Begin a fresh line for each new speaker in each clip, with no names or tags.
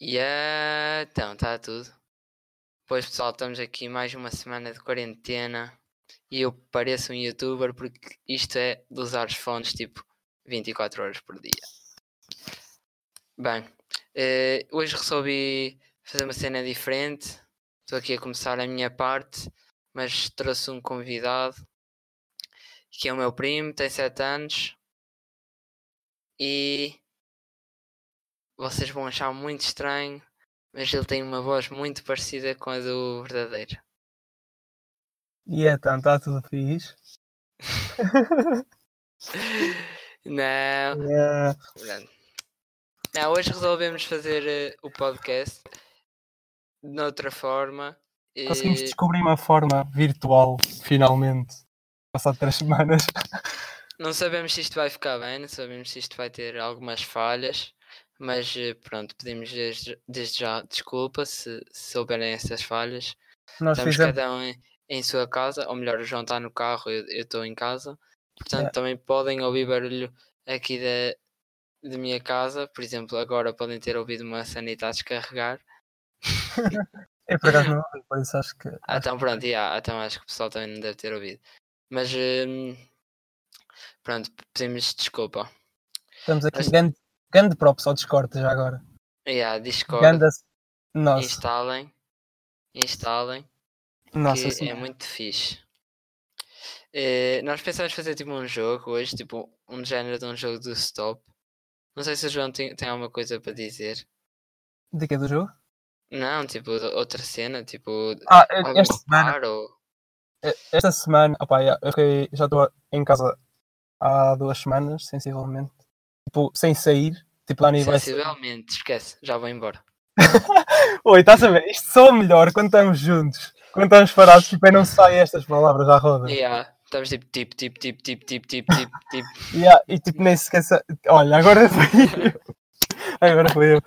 Yeah, então, está tudo. Pois pessoal, estamos aqui mais uma semana de quarentena e eu pareço um youtuber porque isto é de usar os fones tipo 24 horas por dia. Bem, eh, hoje resolvi fazer uma cena diferente. Estou aqui a começar a minha parte, mas trouxe um convidado que é o meu primo, tem 7 anos e vocês vão achar muito estranho, mas ele tem uma voz muito parecida com a do verdadeiro.
E então, está tudo fixe.
Não,
Yeah.
Pronto. Não, hoje resolvemos fazer eh, o podcast de outra forma. e-
Conseguimos descobrir uma forma virtual, finalmente. Passado três semanas.
Não sabemos se isto vai ficar bem, não sabemos se isto vai ter algumas falhas, mas eh, pronto, pedimos desde, desde já desculpa se, se houverem essas falhas.
Nós
Estamos
fizemos.
cada um em, em sua casa, ou melhor, o João está no carro, eu estou em casa. Portanto,
É.
também podem ouvir barulho aqui da, de minha casa. Por exemplo, agora podem ter ouvido uma sanita a descarregar.
É por acaso não, por isso acho que.
Ah, então pronto, yeah, então acho que o pessoal também não deve ter ouvido. Mas hum, pronto, pedimos desculpa.
Estamos aqui.
Mas-
Grande, grande props ao Discord já agora.
Yeah, Discord,
Grande. Nossa,
instalem, instalem,
nossa
que é
senhora.
muito fixe. Eh, nós pensávamos fazer tipo um jogo hoje, tipo um género de um jogo do stop. Não sei se o João tem, tem alguma coisa para dizer.
De que é do jogo?
Não, tipo de- outra cena, tipo
Ah,
algum
esta semana. eh,
bar ou...
Esta semana. Opa, yeah, eu fiquei- já estou em casa há duas semanas, sensivelmente. Tipo, sem sair. Tipo, lá nem vai.
sensivelmente, esquece, já vou embora.
Oi, estás a ver? Isto só é melhor quando estamos juntos. Quando estamos parados, tipo, aí não saem estas palavras à roda.
Yeah, estamos tipo tipo tipo tipo tipo tipo tipo tipo tipo
Yeah, e tipo, nem se esqueça. Olha, agora foi eu. Agora foi eu.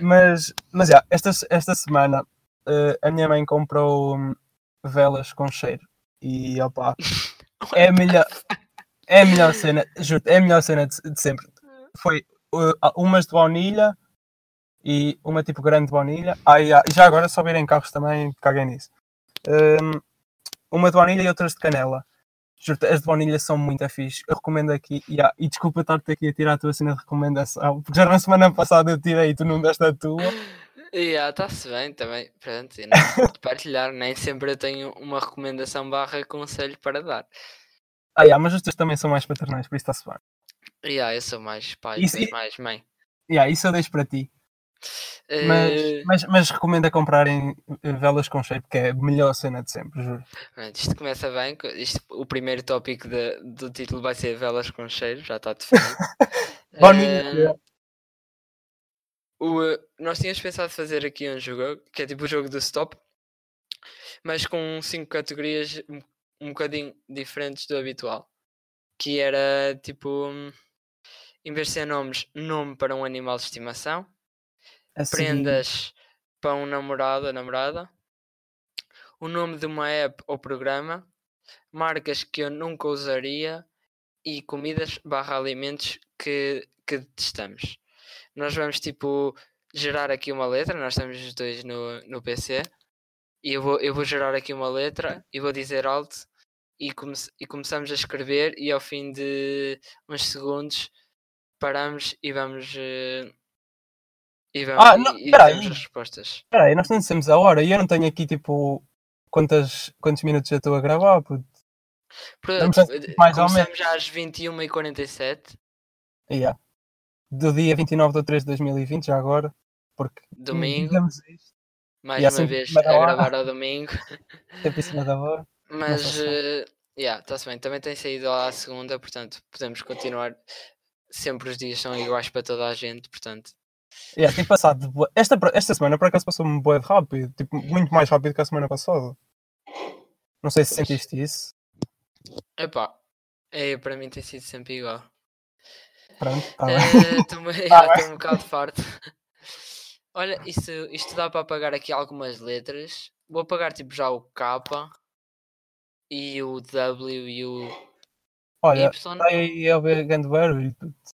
Mas, mas yeah, esta, esta semana eh, a minha mãe comprou hum, velas com cheiro. E opa, é a melhor, é a melhor cena, juro é a melhor cena de, de sempre. Foi eh, ah, umas de baunilha e uma tipo grande de baunilha. Ah, yeah, e já agora só virem carros também, caguem nisso. Hum, uma de baunilha e outras de canela. Juro-te, as de baunilha são muito fixe. Eu recomendo aqui. yeah, e desculpa estar-te aqui a tirar a tua cena de recomendação, porque já na semana passada eu tirei e tu não deste a tua.
Yeah, está-se bem também. Pronto, e não- de partilhar, nem sempre eu tenho uma recomendação barra conselho para dar.
Ah, yeah, mas os teus também são mais paternais, por isso está-se bem.
Yeah, eu sou mais pai,
Isso-
sou mais mãe.
Yeah, isso eu deixo para ti.
Eh,
Mas, mas, mas recomendo a comprarem eh, velas com shape, que é a melhor cena de sempre, juro.
pronto, isto começa bem. co- Isto, o primeiro tópico de- do título vai ser velas com cheiro, já está definido.
Baunilha,
Eh,
yeah.
o, eh, nós tínhamos pensado fazer aqui um jogo, que é tipo o jogo do stop, mas com cinco categorias um, um bocadinho diferentes do habitual. Que era tipo, hum, em vez de ser nomes, nome para um animal de estimação,
Assim,
prendas para um namorado ou namorada, o nome de uma app ou programa, marcas que eu nunca usaria e comidas barra alimentos que, que detestamos. Nós vamos tipo gerar aqui uma letra, nós estamos os dois no, no PC e eu vou, eu vou gerar aqui uma letra e vou dizer alto e, come, e começamos a escrever e ao fim de uns segundos paramos e vamos eh, e vamos
Ah, não,
e, e
peraí.
damos as respostas.
Peraí, nós não dissemos a hora e eu não tenho aqui tipo quantas, quantos minutos eu estou a gravar. puto.
Pro-
Vamos a-
eh,
mais ou
começamos já às 21h47
Yeah. Do dia 29 de 3 de 2020, já agora. Porque
domingo,
dizemos isto,
mais
e é
uma
sempre
vez a
primeira hora.
gravar ao domingo.
sempre em cima da hora.
Mas,
faço
eh, yeah, está-se bem. Também tem saído lá à segunda, portanto, podemos continuar. Sempre os dias são iguais para toda a gente, portanto.
Yeah, tem É, passado. de bué- Esta, pro- esta semana, por acaso, passou-me bué de rápido. Tipo, muito mais rápido que a semana passada. Não sei se
Pois.
sentiste isso.
Epá, é, para mim tem sido sempre igual. Eh,
Pronto, tá
É.
bem.
Estou
Tá bem.
um bocado farto. Olha, isso, isto dá para apagar aqui algumas letras. Vou apagar tipo já o K e o W e o
Olha, tá
Y.
Ai, é o grande barulho. puto.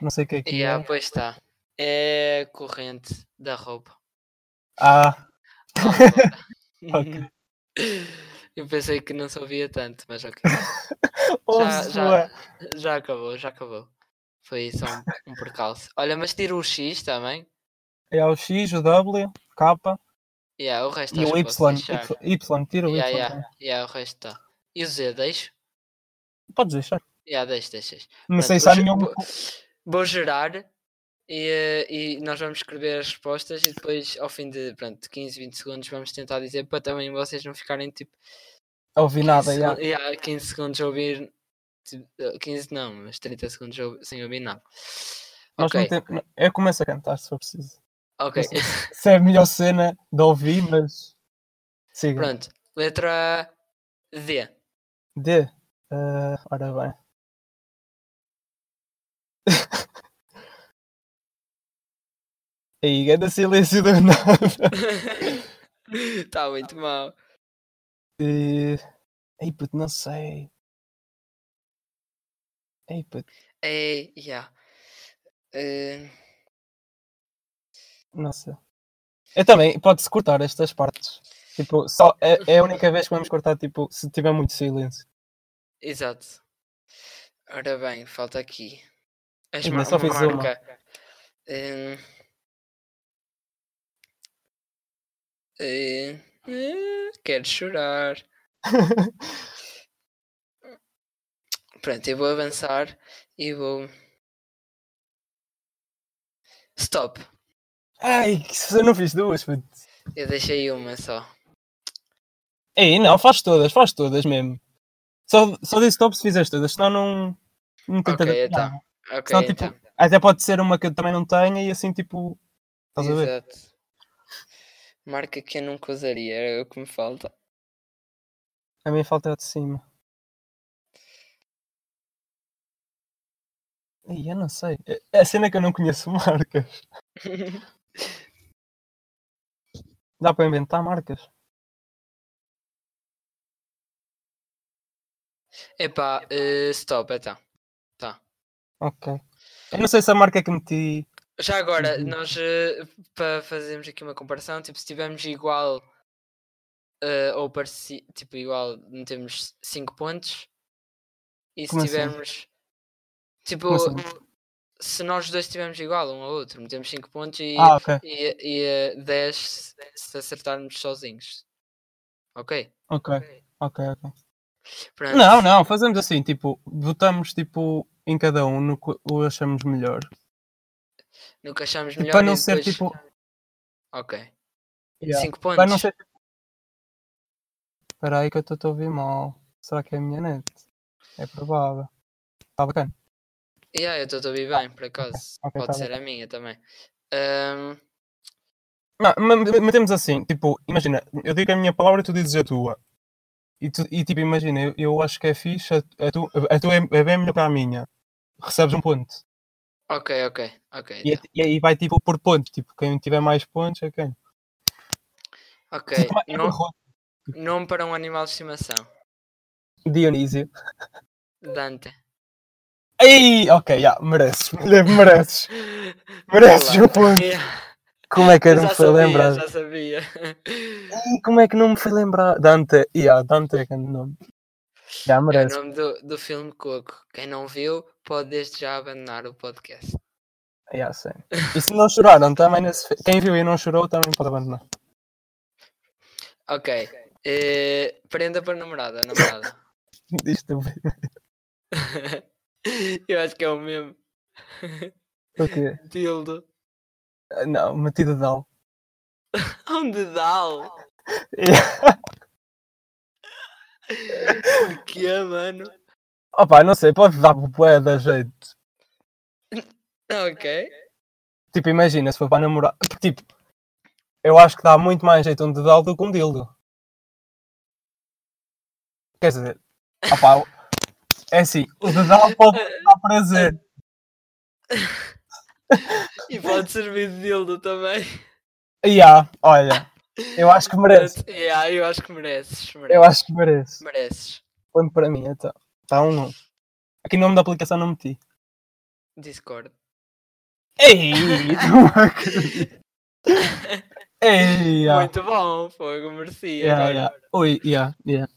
Não sei o que é que
Yeah,
é.
pois está. É corrente da roupa.
Ah,
Ah,
Ok.
Eu pensei que não sabia tanto, mas ok. Já,
ouve-se
já,
bué.
já acabou, já acabou. Foi só um, um percalço. Olha, mas tira o X também.
É o X, o W, o K
Yeah, o resto
e
acho
o
que
Y.
posso deixar.
Y, Y, tira o Y.
Yeah,
também.
yeah, yeah, o resto está. E o Z, deixo?
Podes deixar.
Yeah, deixo, deixo. deixo.
Não sei
Pronto,
se
vou
há
ge-
nenhum.
vou- Vou gerar e, eh, e nós vamos escrever as respostas e depois, ao fim de pronto, 15, 20 segundos, vamos tentar dizer para também vocês não ficarem tipo.
a ouvir nada.
15
já.
segun- yeah, 15 segundos a ouvir. tipo, eh, 15 não, mas 30 segundos a ou- sem ouvir nada.
Nós não
Ok,
temos- Eu começo a cantar se for preciso.
ok.
não Se é a melhor cena de ouvir, mas. Siga.
Pronto, letra D.
D. Ah, ora bem. Aí, grande silêncio do nada.
Está Tá muito mal.
E... Ei, puto, não sei. Ei, puto,
É, yeah. Eh,
não sei. Eu também, pode-se cortar estas partes. Tipo, só é, é a única vez que vamos cortar, tipo, se tiver muito silêncio.
Exato. Ora bem, falta aqui. As
Ainda
ma-
só fiz uma.
Hum. Hum. Hum, Quero chorar. Pronto, eu vou avançar e vou. Stop.
Ai, que se eu não fiz duas, puto.
Eu deixei uma só.
Ei, não, faz todas, faz todas mesmo. Só, só disse top se fizeres todas, senão não. Não tenta
Ok,
dar-
então.
não.
Ok,
Senão, tipo,
então.
Até pode ser uma que eu também não tenha e assim, tipo. Estás a ver?
Exato. Marca que eu nunca usaria, era o que me falta.
A mim falta é a de cima. Ei, eu não sei. É- É a cena que eu não conheço marcas. Dá para inventar marcas?
Epá, eh, stop, então.
Ok. Eu não sei se a marca que meti.
Já agora,
Uhum.
nós para fazermos aqui uma comparação, tipo, se tivermos igual eh, ou parecido, tipo, igual, metemos 5 pontos. E se
Como assim?
tivermos, tipo,
assim?
se nós os dois tivermos igual um ao outro, metemos 5 pontos e,
Ah, ok.
e, e eh, 10 se- se acertarmos sozinhos. Ok?
Ok, ok, ok.
Pronto.
Não, não, fazemos assim, tipo, votamos tipo em cada um no que o achamos melhor.
Nunca achamos
Tipo,
melhor.
para não
e
ser
depois-
tipo.
Ok.
Yeah.
5
Para
pontos.
não ser. tipo, Espera aí que eu estou a ouvir mal. Será que é a minha net? É provável. Está bacana.
Yeah, eu estou a ouvir bem, por acaso.
ok,
Pode
tá
ser a minha também. Ahm,
Não, ma- ma- metemos assim, tipo, imagina, eu digo a minha palavra e tu dizes a tua. E, tu- e, tipo, imagina, eu, eu acho que é fixe, a, a, tu- a tua é, é bem melhor para a minha. Recebes um ponto.
ok, ok, ok.
E,
então.
e aí vai tipo por pontos, tipo, quem tiver mais pontos é quem.
Ok.
Tipo, é
Nom-
por ronda.
nome para um animal de estimação.
Dionísio.
Dante.
Ei, ok, já, mereces, mulher, mereces, mereces
Olá.
um ponto.
Yeah,
Como é que eu não
já
me foi
sabia,
lembrado?
já sabia.
Ih, Como é que não me foi lembrar? Dante, yeah, Dante é grande nome. Já
É o
merece.
nome do, do filme Coco. Quem não viu, pode desde já abandonar o podcast.
Yeah, sim. E se não choraram também, nesse... fi- quem viu e não chorou também pode abandonar.
Ok. eh, prenda para namorada, namorada.
Diz tu primeiro.
Eu acho que é o mesmo.
O quê?
Dildo.
Ah, Não, metido de al.
Um dedal. Porquê, mano?
Opa, não sei, pode dar bué da jeito.
Ok.
Tipo, imagina, se for para namorar. Tipo, eu acho que dá muito mais jeito um dedal do que um dildo. Quer dizer, opá, o- é assim, o dedal pode dar prazer.
E pode servir de dildo também.
E há, olha, eu acho que merece.
Portanto, yeah, eu acho que mereces. mereces.
Eu acho que merece.
Mereces.
Ponto para mim, então. Está um. um. Aqui o nome da aplicação não meti.
Discord.
Ei, não acredito. Ei, yeah.
Muito bom, fogo, merecia.
Yeah,
agora.
yeah. Oi, yeah, yeah.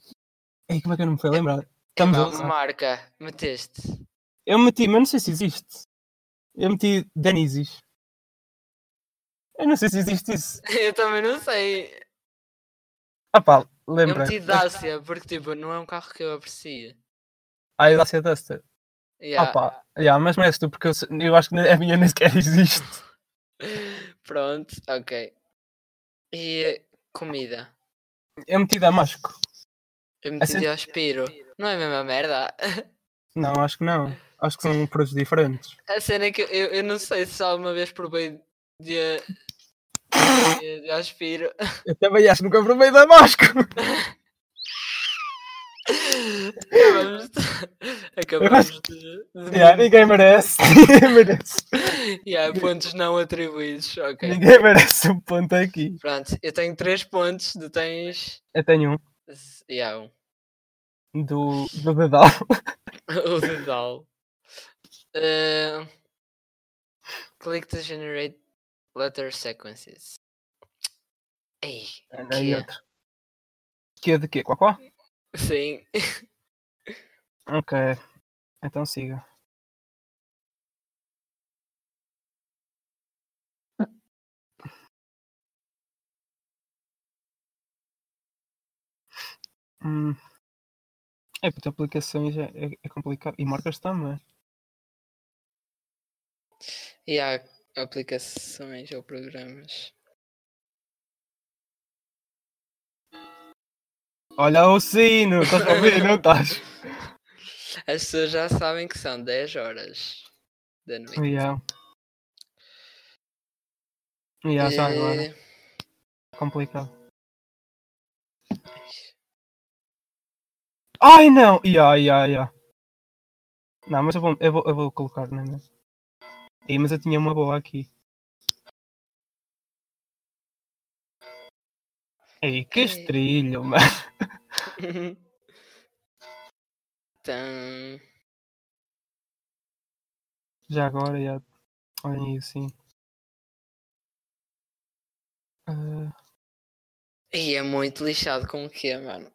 Ei, como é que eu não me fui lembrar? Estamos a
Então,
usar.
marca, meteste.
Eu meti, mas não sei se existe. Eu meti Denises. Eu não sei se existe isso.
Eu também não sei.
Ah pá,
Eu
lembra.
meti Dacia, porque tipo, não é um carro que eu aprecio.
Ah, e Dacia Duster.
Yeah.
Ah pá, yeah, mas merece tu, porque eu, se- eu acho que a minha nem sequer existe.
Pronto, ok. E comida?
Eu meti Damasco.
Eu
Essa-
meti aspiro. Não é a mesma merda?
Não, acho que não. Acho que são produtos diferentes.
A cena é que eu, eu não sei se alguma vez provei de, de, de aspiro.
Eu também acho que nunca provei Damasco.
Acabamos de. Acabamos de. de
Yeah, ninguém merece. Ninguém merece.
Yeah, pontos não atribuídos. Ok.
Ninguém merece um ponto aqui.
Pronto, eu tenho 3 pontos, tu tens.
Eu tenho
z- Yeah, um.
um do, do Dedal.
o dedal. Uh, click to generate letter sequences. Ei,
E
Que é?
outro. Que é de quê? Qual qual?
sim.
Ok. Então siga. Hum. É puta aplicações é, é, é complicado. E marcas também.
E há aplicações ou programas.
Olha o sino! Estás a ouvir? Não estás?
As pessoas já sabem que são 10 horas da noite.
Oh, Yeah. Yeah, já agora.
Eh,
Complicado. Ai não! Ia, ia, ia. Não, mas eu vou, eu vou, eu vou colocar, não é mesmo? Ei, mas eu tinha uma boa aqui. Ei, que
Ei.
estrilho, mano.
Então,
Já agora, já. Olha isso, sim. Ah,
e é muito lixado com o que é, mano.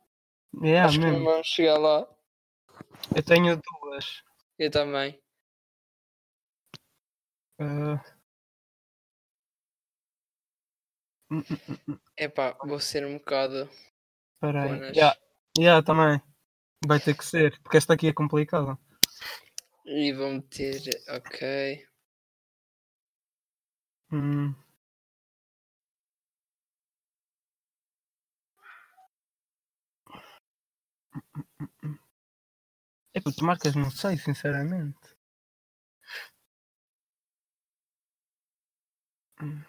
yeah,
Acho que não
é mesmo.
vamos chegar lá.
Eu tenho duas.
Eu também.
Ah,
Epá, vou ser um bocado.
peraí.
Buenas.
Já, já, também. Vai ter que ser, porque esta aqui é complicada.
E vou meter. Ok.
Hum. É puto, marcas não sei, sinceramente. Hum.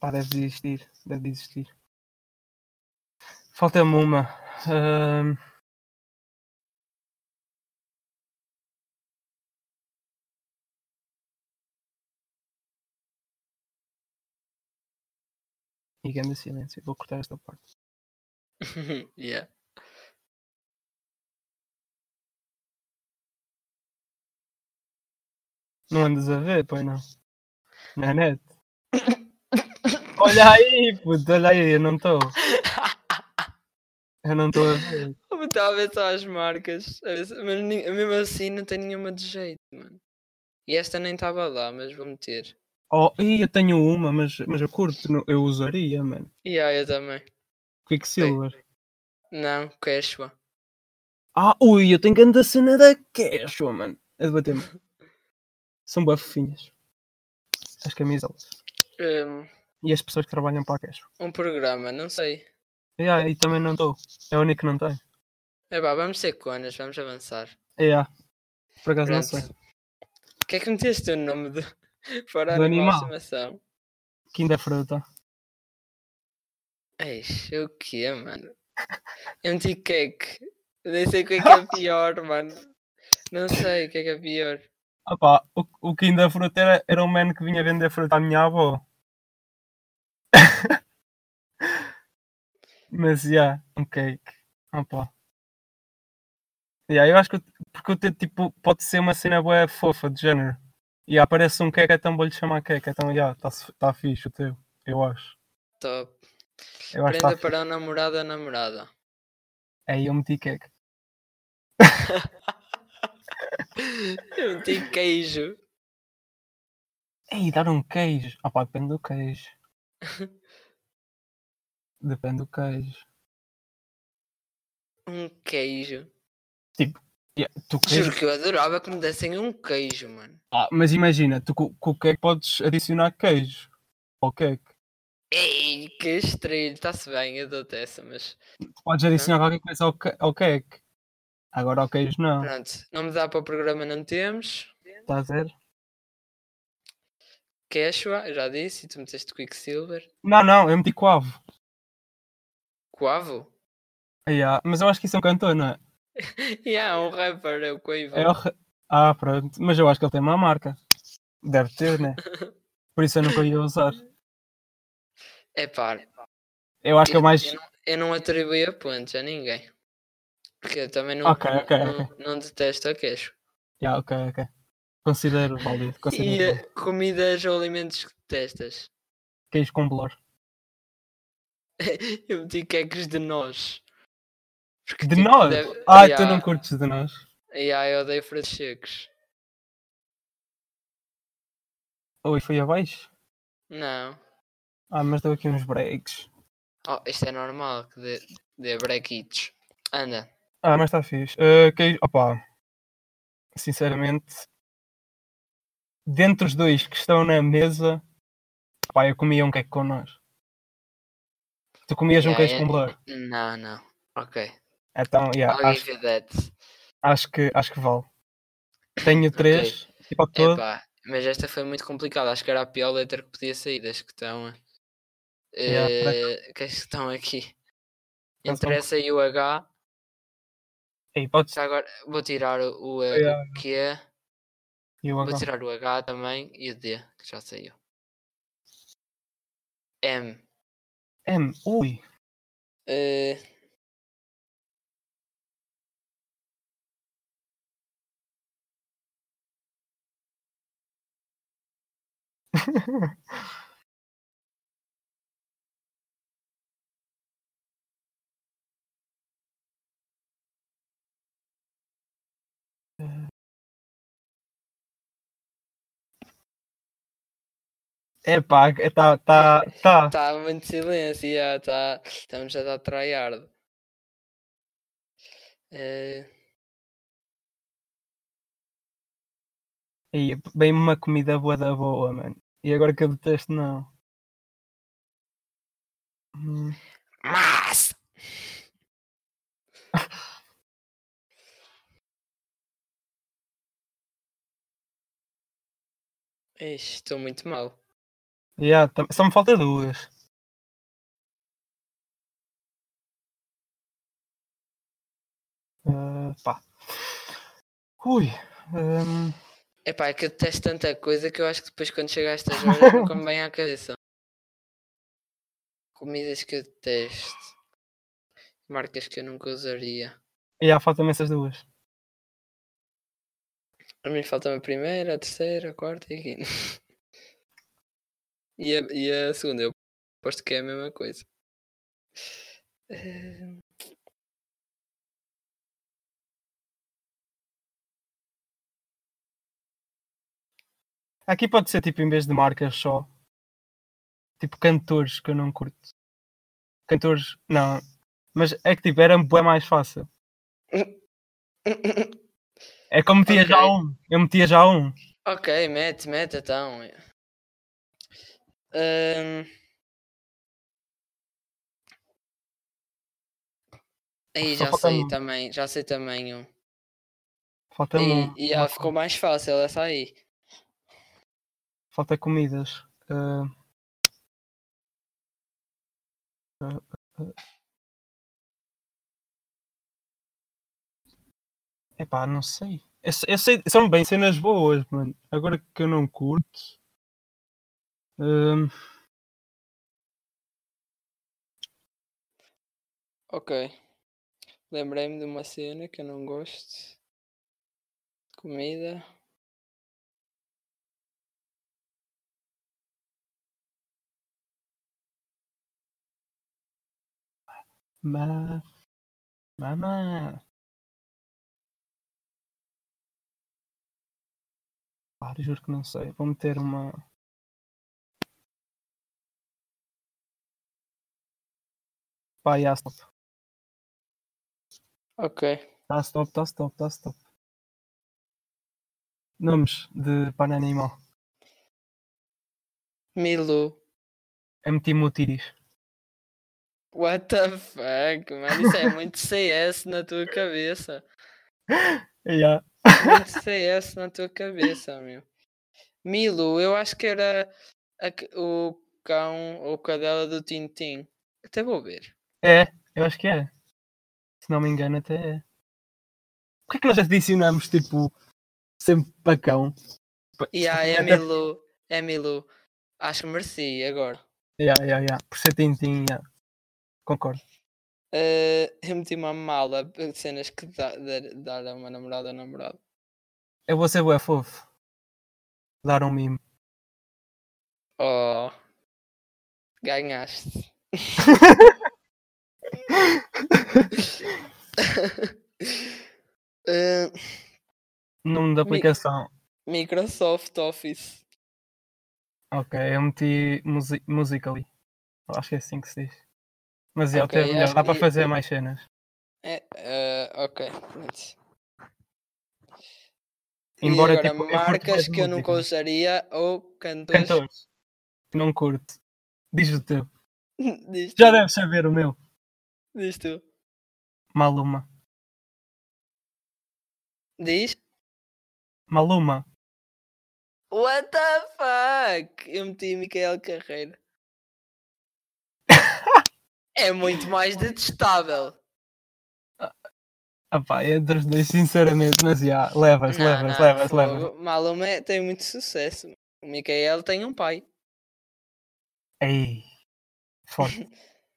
Pá, deve desistir, deve desistir. Falta-me uma. Hum, Ahm. E grande silêncio, vou cortar esta parte.
yeah.
Não andas a ver, pois não. Na net. Olha aí, puto, olha aí, eu não estou. Eu não estou a ver.
Vou botar a ver só as marcas. a ver se- Mas ni- mesmo assim não tem nenhuma de jeito, mano. E esta nem estava lá, mas vou meter.
Oh, e eu tenho uma, mas, mas eu curto, não- eu usaria, mano.
E yeah, eu também.
Quicksilver.
Não, Quechua.
Ah, ui, eu tenho grande a cena da Quechua, mano. É de bater -me. São bué fofinhas. As camisolas.
Um,
E as pessoas que trabalham para a Quechua.
um programa, não sei.
Yeah, e também não estou. É o único que não tem.
Epá, vamos ser conas, vamos avançar.
Yeah. Por acaso não
Pronto.
sei.
O que é que meteste o nome do. Fora
Do
animal de
animal.
estimação?
Kinder Fruta.
Eish, o que é, mano? Eu meti cake. Nem sei o que é que é pior, mano. Não sei o que é que é pior.
Ah pá, o, o Kim da Fruta era, era um man que vinha vender fruta à minha avó. Mas, já, um cake. Ah pá. Yeah, eu acho que, o- porque o teu, tipo, pode ser uma cena boa fofa, de género. E aparece um queca, então vou-lhe chamar queca. Então, já, está tá fixe o teu, eu acho.
Top.
Eu acho que
Prenda
tá
para o namorado ou namorada.
Aí eu meti queca.
Eu meti queijo.
Ei, dar um queijo. Ah pá, depende do queijo. depende do queijo.
Um queijo.
Yeah, tu queijo-
Juro que eu adorava que me dessem um queijo, mano.
Ah, mas imagina, tu co- com o queque podes adicionar queijo. Ao queque.
Ei, que estranho. Está-se bem, eu dou-te essa, mas
Tu podes adicionar qualquer coisa ao, que... ao queque. Agora ao queijo não.
pronto. Não me dá para o programa, não temos.
Está a ver?
Quechua, ah, eu já disse, e tu meteste Quicksilver.
Não, não, eu meti coavo. Yeah, mas eu acho que isso é um cantor, não é?
E há um rapper, é o Quavo.
É o re- Ah, pronto. Mas eu acho que ele tem uma marca. Deve ter, né? Por isso eu nunca ia usar.
É pá,
Eu acho que é mais.
Eu não, eu não atribuí a pontos a ninguém. Porque eu também não,
Ok, ok,
não, não detesto a queijo.
Yeah, ok, ok. Considero válido.
E
Considero
eh,
válido.
comidas ou alimentos que detestas?
Queijo com blor.
Eu meti queques de nós. Porque,
De
tipo,
nós?
deve-
Ah,
Ya,
tu não curtes de nós.
ya, eu odeio frutos secos.
Oi, foi abaixo?
Não.
Ah, mas deu aqui uns breaks.
Oh, isto é normal que dê, dê brequitos. Anda.
Ah, mas está fixe. Ah, queijo. Opa. Sinceramente. Dentre os dois que estão na mesa. Pá, eu comia um queijo com nós. Tu comias um
Ya,
queijo
ya.
com blor.
Não, não. Ok.
Então, yeah,
I'll
acho
give you that.
Acho que, acho que vale. Tenho três, tipo ao todo.
Epá, mas esta foi muito complicada. Acho que era a pior letra que podia sair das que estão.
Yeah, por
eh, que as que estão aqui.
Então,
Interessa aí o H.
Aí podes
Já agora vou tirar o, o, eh,
Yeah.
o Q.
e o
Vou
H.
tirar o H também e o D, que já saiu. M.
M, ui.
eh,
Epá, tá, tá, tá.
Está muito silêncio, já tá, estamos a dar tryhard. Eh,
Aí, bem uma comida boa da boa, mano. E agora que eu detesto, não. Hum,
mas! Ixi, estou muito mal.
yeah, tam- só me falta duas. Ah, pá. Ui. hum,
Epá, é que eu detesto tanta coisa que eu acho que depois quando chega a estas horas não me bem à cabeça. Comidas que eu detesto. Marcas que eu nunca usaria.
yeah, faltam-me essas duas.
A mim falta a primeira, a terceira, a quarta e a quinta. E a, e a segunda, eu aposto que é a mesma coisa. Eh,
Aqui pode ser tipo em vez de marcas só. Tipo cantores que eu não curto. Cantores, não. Mas é que tipo, era bem mais fácil. É que eu metia já
Ok.
um. Eu metia já um.
Ok, mete, mete então. Ahm. Aí
Só
já
falta
sei
um.
também, já sei também um.
Falta um.
E, e ah, ficou mais fácil essa aí.
Falta comidas. Ah, ah, ah. Epá, não sei. Eu, se- eu sei. São bem cenas boas, mano. Agora que eu não curto. ah, Ahm,
Ok. Lembrei-me de uma cena que eu não gosto. Comida.
Ma... Mamá. Ah, juro que não sei. Vou meter uma. Pai, yeah, stop.
Ok.
Tá stop, tá stop, tá stop. Nomes de pane animal.
Milu.
MT Mutiris.
What the fuck, mano? Isso é muito CS na tua cabeça.
Yeah.
Muito CS na tua cabeça, meu. Milu, eu acho que era a c- o cão ou cadela do Tintim. Até vou ver.
É, eu acho que é. Se não me engano, até é. Porquê é que nós adicionamos, tipo, sempre pacão?
E aí, é Milu. É Milu. Acho que mereci agora.
Yeah, yeah, yeah. Por ser tintim, yeah. Concordo.
Eh, eu meti uma mala de cenas que dá- dar, dar a uma namorada ou namorado.
Eu vou ser bué fofo. Dar um mimo.
Oh. Ganhaste. Eh,
Nome da
Mi-
aplicação.
Microsoft Office.
Ok, eu meti musi Musical.ly. Eu Acho que é assim que se diz. Mas é,
Ok,
até melhor.
acho
Dá para
que-
fazer mais cenas.
É, eh, ok. pronto. E
Embora,
agora,
tipo, eu curto mais
marcas que eu nunca
música.
usaria ou cantores.
Cantores. Não curto. Diz o teu.
Diz
Já
tu,
deves saber o meu.
Diz tu.
Maluma.
Diz.
Maluma.
What the fuck? Eu meti Micael Carreira. é muito mais detestável.
Ah pá, entre os dois, sinceramente, mas já, levas,
Não,
levas,
não,
levas, levas.
fogo. Maluma é- tem muito sucesso. O Micael tem um pai.
Ei, forte.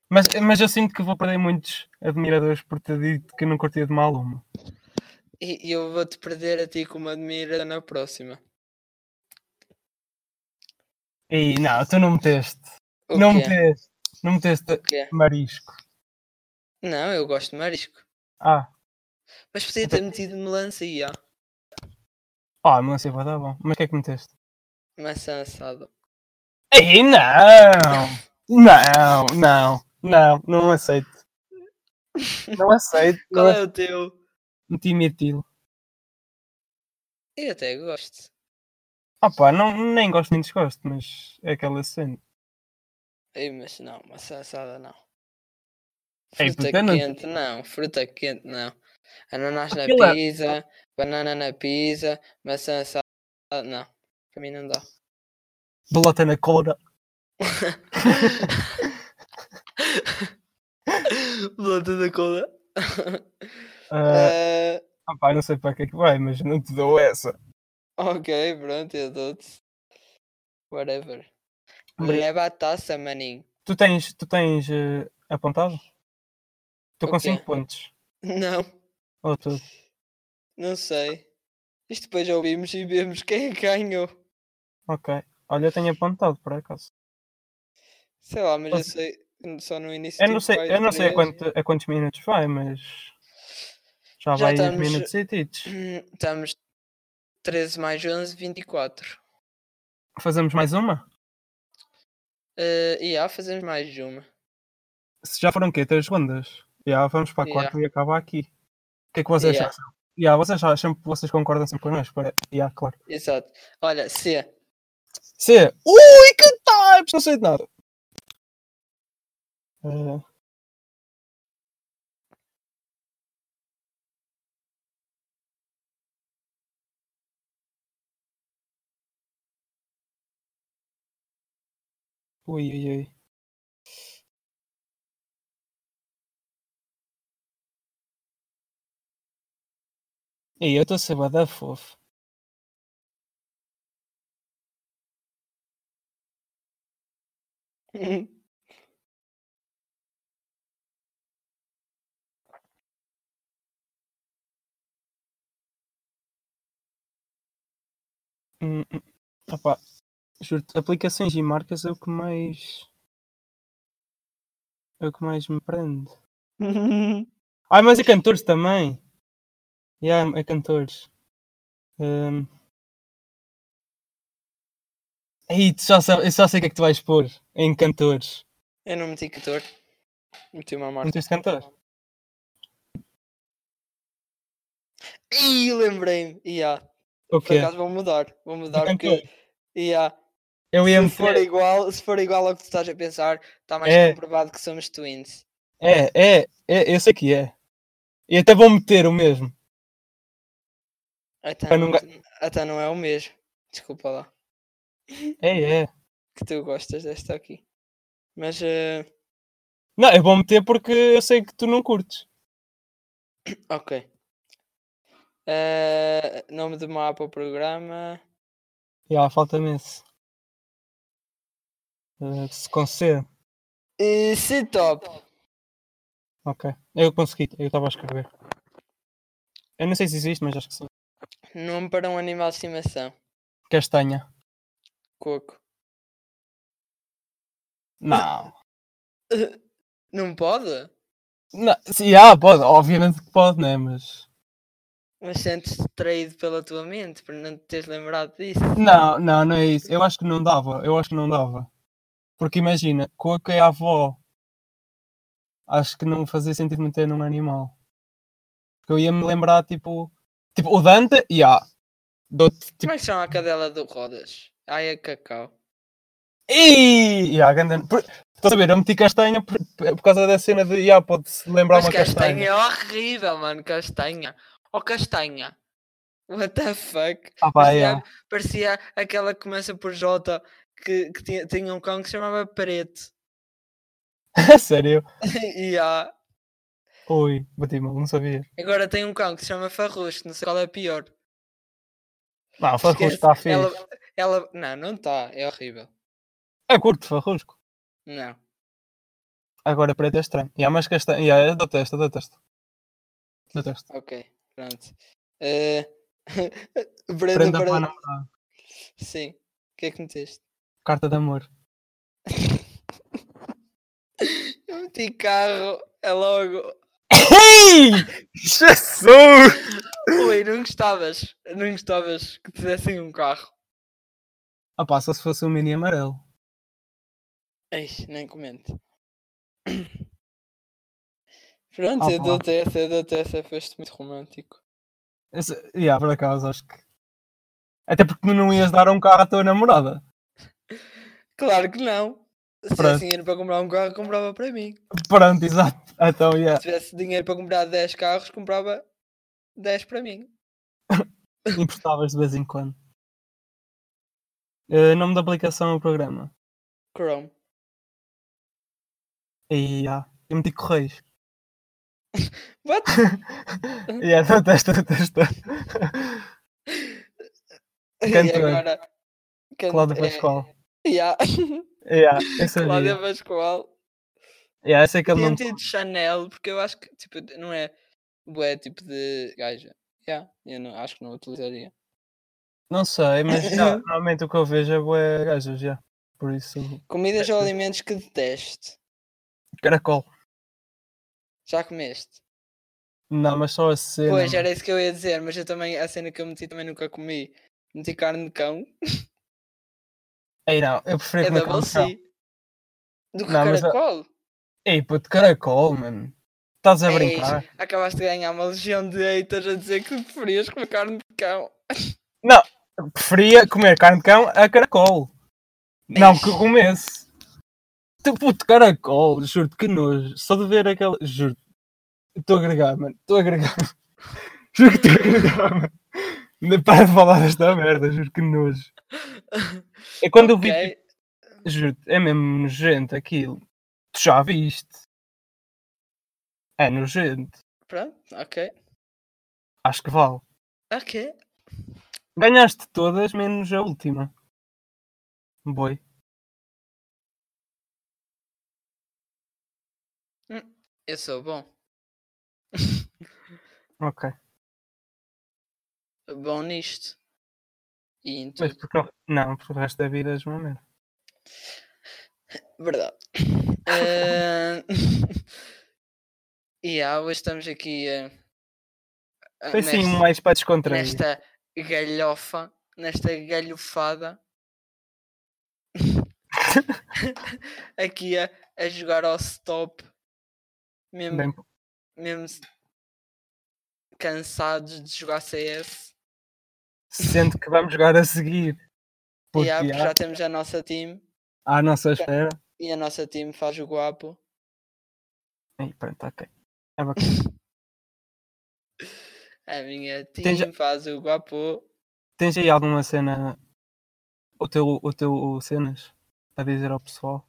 mas, mas eu sinto que vou perder muitos admiradores por ter dito que não curtia de Maluma.
E e eu vou-te perder a ti como admira na próxima.
Ei, não, tu não meteste.
O
não
quê?
meteste. Não meteste
O quê?
marisco.
Não, eu gosto de marisco.
Ah,
Mas podia ter metido melancia.
ah, mas sei, vai dar bom. Mas o que é que meteste?
Maçã assada.
Ei, não! Não, não, não, não aceito. Não aceito.
Qual
não
é o teu?
Meti metilo.
Eu até gosto.
Ah pá, não, nem gosto nem desgosto, mas é aquela cena.
Ei, mas não, maçã assada não.
Ei,
Fruta
puta, não-
quente não, fruta quente não. Ananás na
Aquilo é-
pizza, banana na pizza, maçã assada não. Para mim não dá.
Bolota na cola.
Blood da cola.
Ah,
Eh.
Ah, pá, não sei para que é que vai, mas não te dou essa.
ok, pronto, eu dou-te. Whatever.
Obrigado.
Leva a taça, maninho.
Tu tens, tu tens eh, apontado? Estou com
O quê?
5 pontos.
Não,
Ou tu?
não sei. Isto depois ouvimos e vemos quem é que ganhou.
Ok. Olha, eu tenho apontado, por acaso.
Sei lá, mas eu
Posso-
sei só no início.
Eu não
tipo,
sei,
vai
eu não sei a,
três.
quanto- a quantos minutos vai, mas...
Já
Já, vai
estamos-
10 minutos e tites.
Estamos 13 mais 11, 24.
Fazemos mais uma?
Eh, e há, fazemos mais de uma.
Se já foram quê? 3 rondas? Já, vamos para a
Yeah.
quarta e acaba aqui. O que é que vocês
Yeah.
acham? Já, vocês acham, vocês concordam sempre connosco? para- Já, claro.
Exato. Olha, se.
C. Ui, que types! Não sei de nada. Eh, Ui, ui, ui. E eu estou a ser bué fofo. Hum, hum. Opá, juro-te, aplicações e marcas é o que mais. É o que mais me prende. Ai, mas é cantores também. Yeah, é cantores. Um... Aí, tu já sabe, eu só sei o que é que tu vais pôr em cantores.
Eu não meti cantor. Meti uma marca.
Meteste cantor?
Ih, lembrei-me. Yeah.
O
Por
quê?
acaso vou mudar. Vou mudar
Cantor.
porque. Yeah.
Eu ia
Se for
meter.
igual, se for igual ao que tu estás a pensar, está mais
É.
comprovado que somos twins.
É, é, é, eu sei que é. E até vou meter o mesmo.
Até
Para não
não, até não é o mesmo. Desculpa lá.
É, é.
Que tu gostas desta aqui. Mas. eh,
Não, eu vou meter porque eu sei que tu não curtes.
ok. Eh, nome do mapa, programa.
Já, falta-me esse. Eh, se concede.
Eh, se top.
Ok. Eu consegui, eu estava a escrever. Eu não sei se existe, mas acho que sim.
Nome para um animal de estimação.
Castanha.
Coco.
Não.
Não pode?
não sim, ah, pode. Obviamente que pode, né? Mas.
Mas sentes-te traído pela tua mente por não te teres lembrado disso.
Não, não, não é isso. Eu acho que não dava. Eu acho que não dava. Porque imagina, coco é a avó. Acho que não fazia sentido meter num animal. Porque eu ia me lembrar, tipo. Tipo, o Dante, e yeah. Dou-te, tipo.
Como é que chama a cadela do Rodas? Ai, a Cacau.
Ih! Yeah, ganda... por... Estás a ver? Eu meti castanha por, por causa da cena de. Yeah, pode-se lembrar
Mas
uma
castanha
castanha.
é horrível, mano. Castanha. Oh, castanha. What the fuck?
Ah, pá,
parecia,
yeah.
parecia aquela que começa por J que, que tinha, tinha um cão que se chamava Preto.
Sério?
e há.
Ui, bati mal, não sabia.
Agora tem um cão que se chama Farrusco, não sei qual é pior.
Não, farrusco
Esquece.
está fixe.
Ela, ela... Não, não está. É horrível.
Eu É curto farrusco.
Não.
Agora preto é estranho. E há mais castanha. Yeah, eu detesto, eu detesto. Detesto.
Ok. Pronto. Eh, Brenda
Prenda
para-
para namorar.
Sim. O que é que meteste?
Carta de amor.
Eu meti carro. É logo.
Ei! Jesus!
Ui, não gostavas. Não gostavas que te dessem um carro.
Ah pá, só se fosse um mini amarelo.
Ei, nem comento. Pronto,
Ah,
eu
pá.
dou-te essa, eu dou-te essa, foste muito romântico.
Esse... Yeah, por acaso, acho que. Até porque tu não ias dar um carro à tua namorada.
Claro que não. Se
Pronto.
tivesse dinheiro para comprar um carro, comprava para mim.
Pronto, exato. Então, yeah.
Se tivesse dinheiro para comprar 10 carros, comprava 10 para mim.
Importavas de vez em quando. Eh, nome da aplicação ao programa.
Chrome.
E yeah. eu meti correios.
What? Hum.
yeah, detesto, detesto.
E
Cantor.
agora? Can-
Cláudia
é-
Pascoal.
Yeah.
Yeah, eu sabia.
Cláudia Pascoal.
Yeah, ah, eu sei que ele
Tinha
não.
metido Chanel, porque eu acho que tipo, não é bué tipo de gaja. Yeah, eu não, acho que não utilizaria.
Não sei, mas já, normalmente o que eu vejo é boé gajas, já. Por isso.
Comidas
É,
ou alimentos que deteste.
Caracol.
Já comeste?
Não, mas só a cena.
Pois,
mano.
era isso que eu ia dizer, mas eu também, a cena que eu meti também nunca comi. Meti carne de cão,
Ei, não, eu
é
prefiro comer
double
um caracol.
C. Do que
Não, mas a-
caracol.
Ei, puto, caracol, mano. Estás a
Ei,
brincar?
acabaste de ganhar uma legião de haters a dizer que preferias comer carne de cão.
Eu Preferia comer carne de cão a caracol. Não, que eu
Eish.
comesse. Tu puto caracol, juro-te que nojo. Só de ver aquela. Juro-te. Estou a agregar, mano. Estou a agregar. juro que estou a agregar, mano. Nem para de falar desta merda, juro que nojo. É quando eu vi.
Ok,
tipo, Juro, é mesmo nojento aquilo. Tu já viste. É nojento.
Pronto, ok.
Acho que vale.
Ok.
Ganhaste todas, menos a última. Boi.
Eu sou bom.
Ok.
Bom nisto. E então, em
Mas
tudo.
porque não? Não, porque o resto da vida és uma merda.
Verdade. Eh, E ah, hoje estamos aqui eh, ah,
Foi assim sim um mais para descontrair.
nesta galhofa, nesta galhofada. aqui a, a jogar ao stop. Mesmo,
Bem,
mesmo s- cansados de jogar CS.
sendo que vamos jogar a seguir. Porque
E ah, porque
há-
já temos a nossa team.
à nossa espera.
E a nossa team faz o guapo.
E pronto, ok. É bacana.
A minha team
Tens a-
faz o guapo.
Tens aí alguma cena? O teu, o teu o cenas para dizer ao pessoal?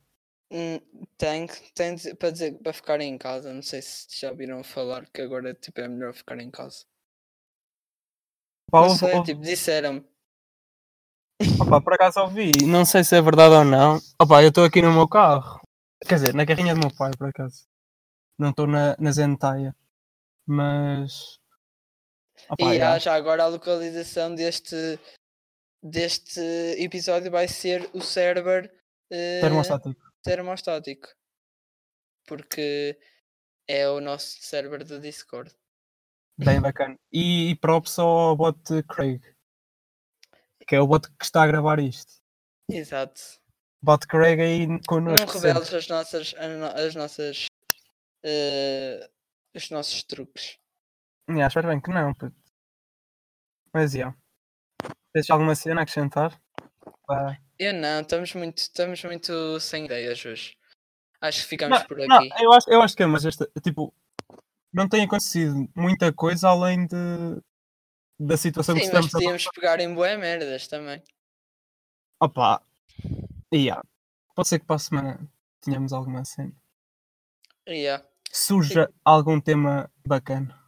Hum, Tenho, que- tenho de- para dizer para ficar em casa. Não sei se já ouviram falar que agora tipo, é melhor ficar em casa.
Pá,
não
ouve-
sei,
ouve-
tipo, disseram-me.
opá, por acaso ouvi, não sei se é verdade ou não. Opá, eu estou aqui no meu carro. Quer dizer, na carrinha do meu pai, por acaso. Não estou na, na Zentaia. Mas. Opá,
e
já.
há já agora a localização deste, deste episódio vai ser o server eh,
Termostático.
termostático. Porque é o nosso server do Discord.
Bem bacana. E, e props ao bot Craig. Que é o bot que está a gravar isto.
Exato.
Bot Craig aí
Não
connosco. sempre.
reveles as nossas, as no- as nossas eh, os nossos truques.
Yeah, espero bem que não, puto. Mas já. Yeah. Tens alguma cena a acrescentar? Pá.
Eu não, estamos muito, estamos muito sem ideias hoje. Acho que ficamos por
Não,
aqui.
eu acho, eu acho que é, mas esta, tipo, não tem acontecido muita coisa além de da situação que
Sim, mas
estamos a.
podíamos pegar em boé merdas também.
Opa! Yeah. Pode ser que para a semana tenhamos alguma cena.
Yeah.
Suja algum tema bacana.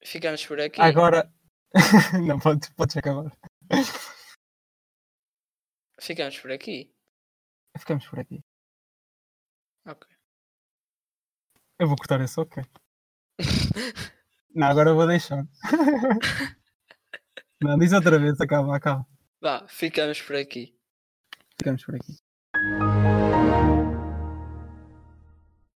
Ficamos por aqui.
Agora. não, podes, podes acabar.
Ficamos por aqui.
Ficamos por aqui.
Ok.
Eu vou cortar esse ok. Não, agora eu vou deixar. Não, diz outra vez, acaba, acaba.
Vá, ficamos por aqui.
Ficamos por aqui.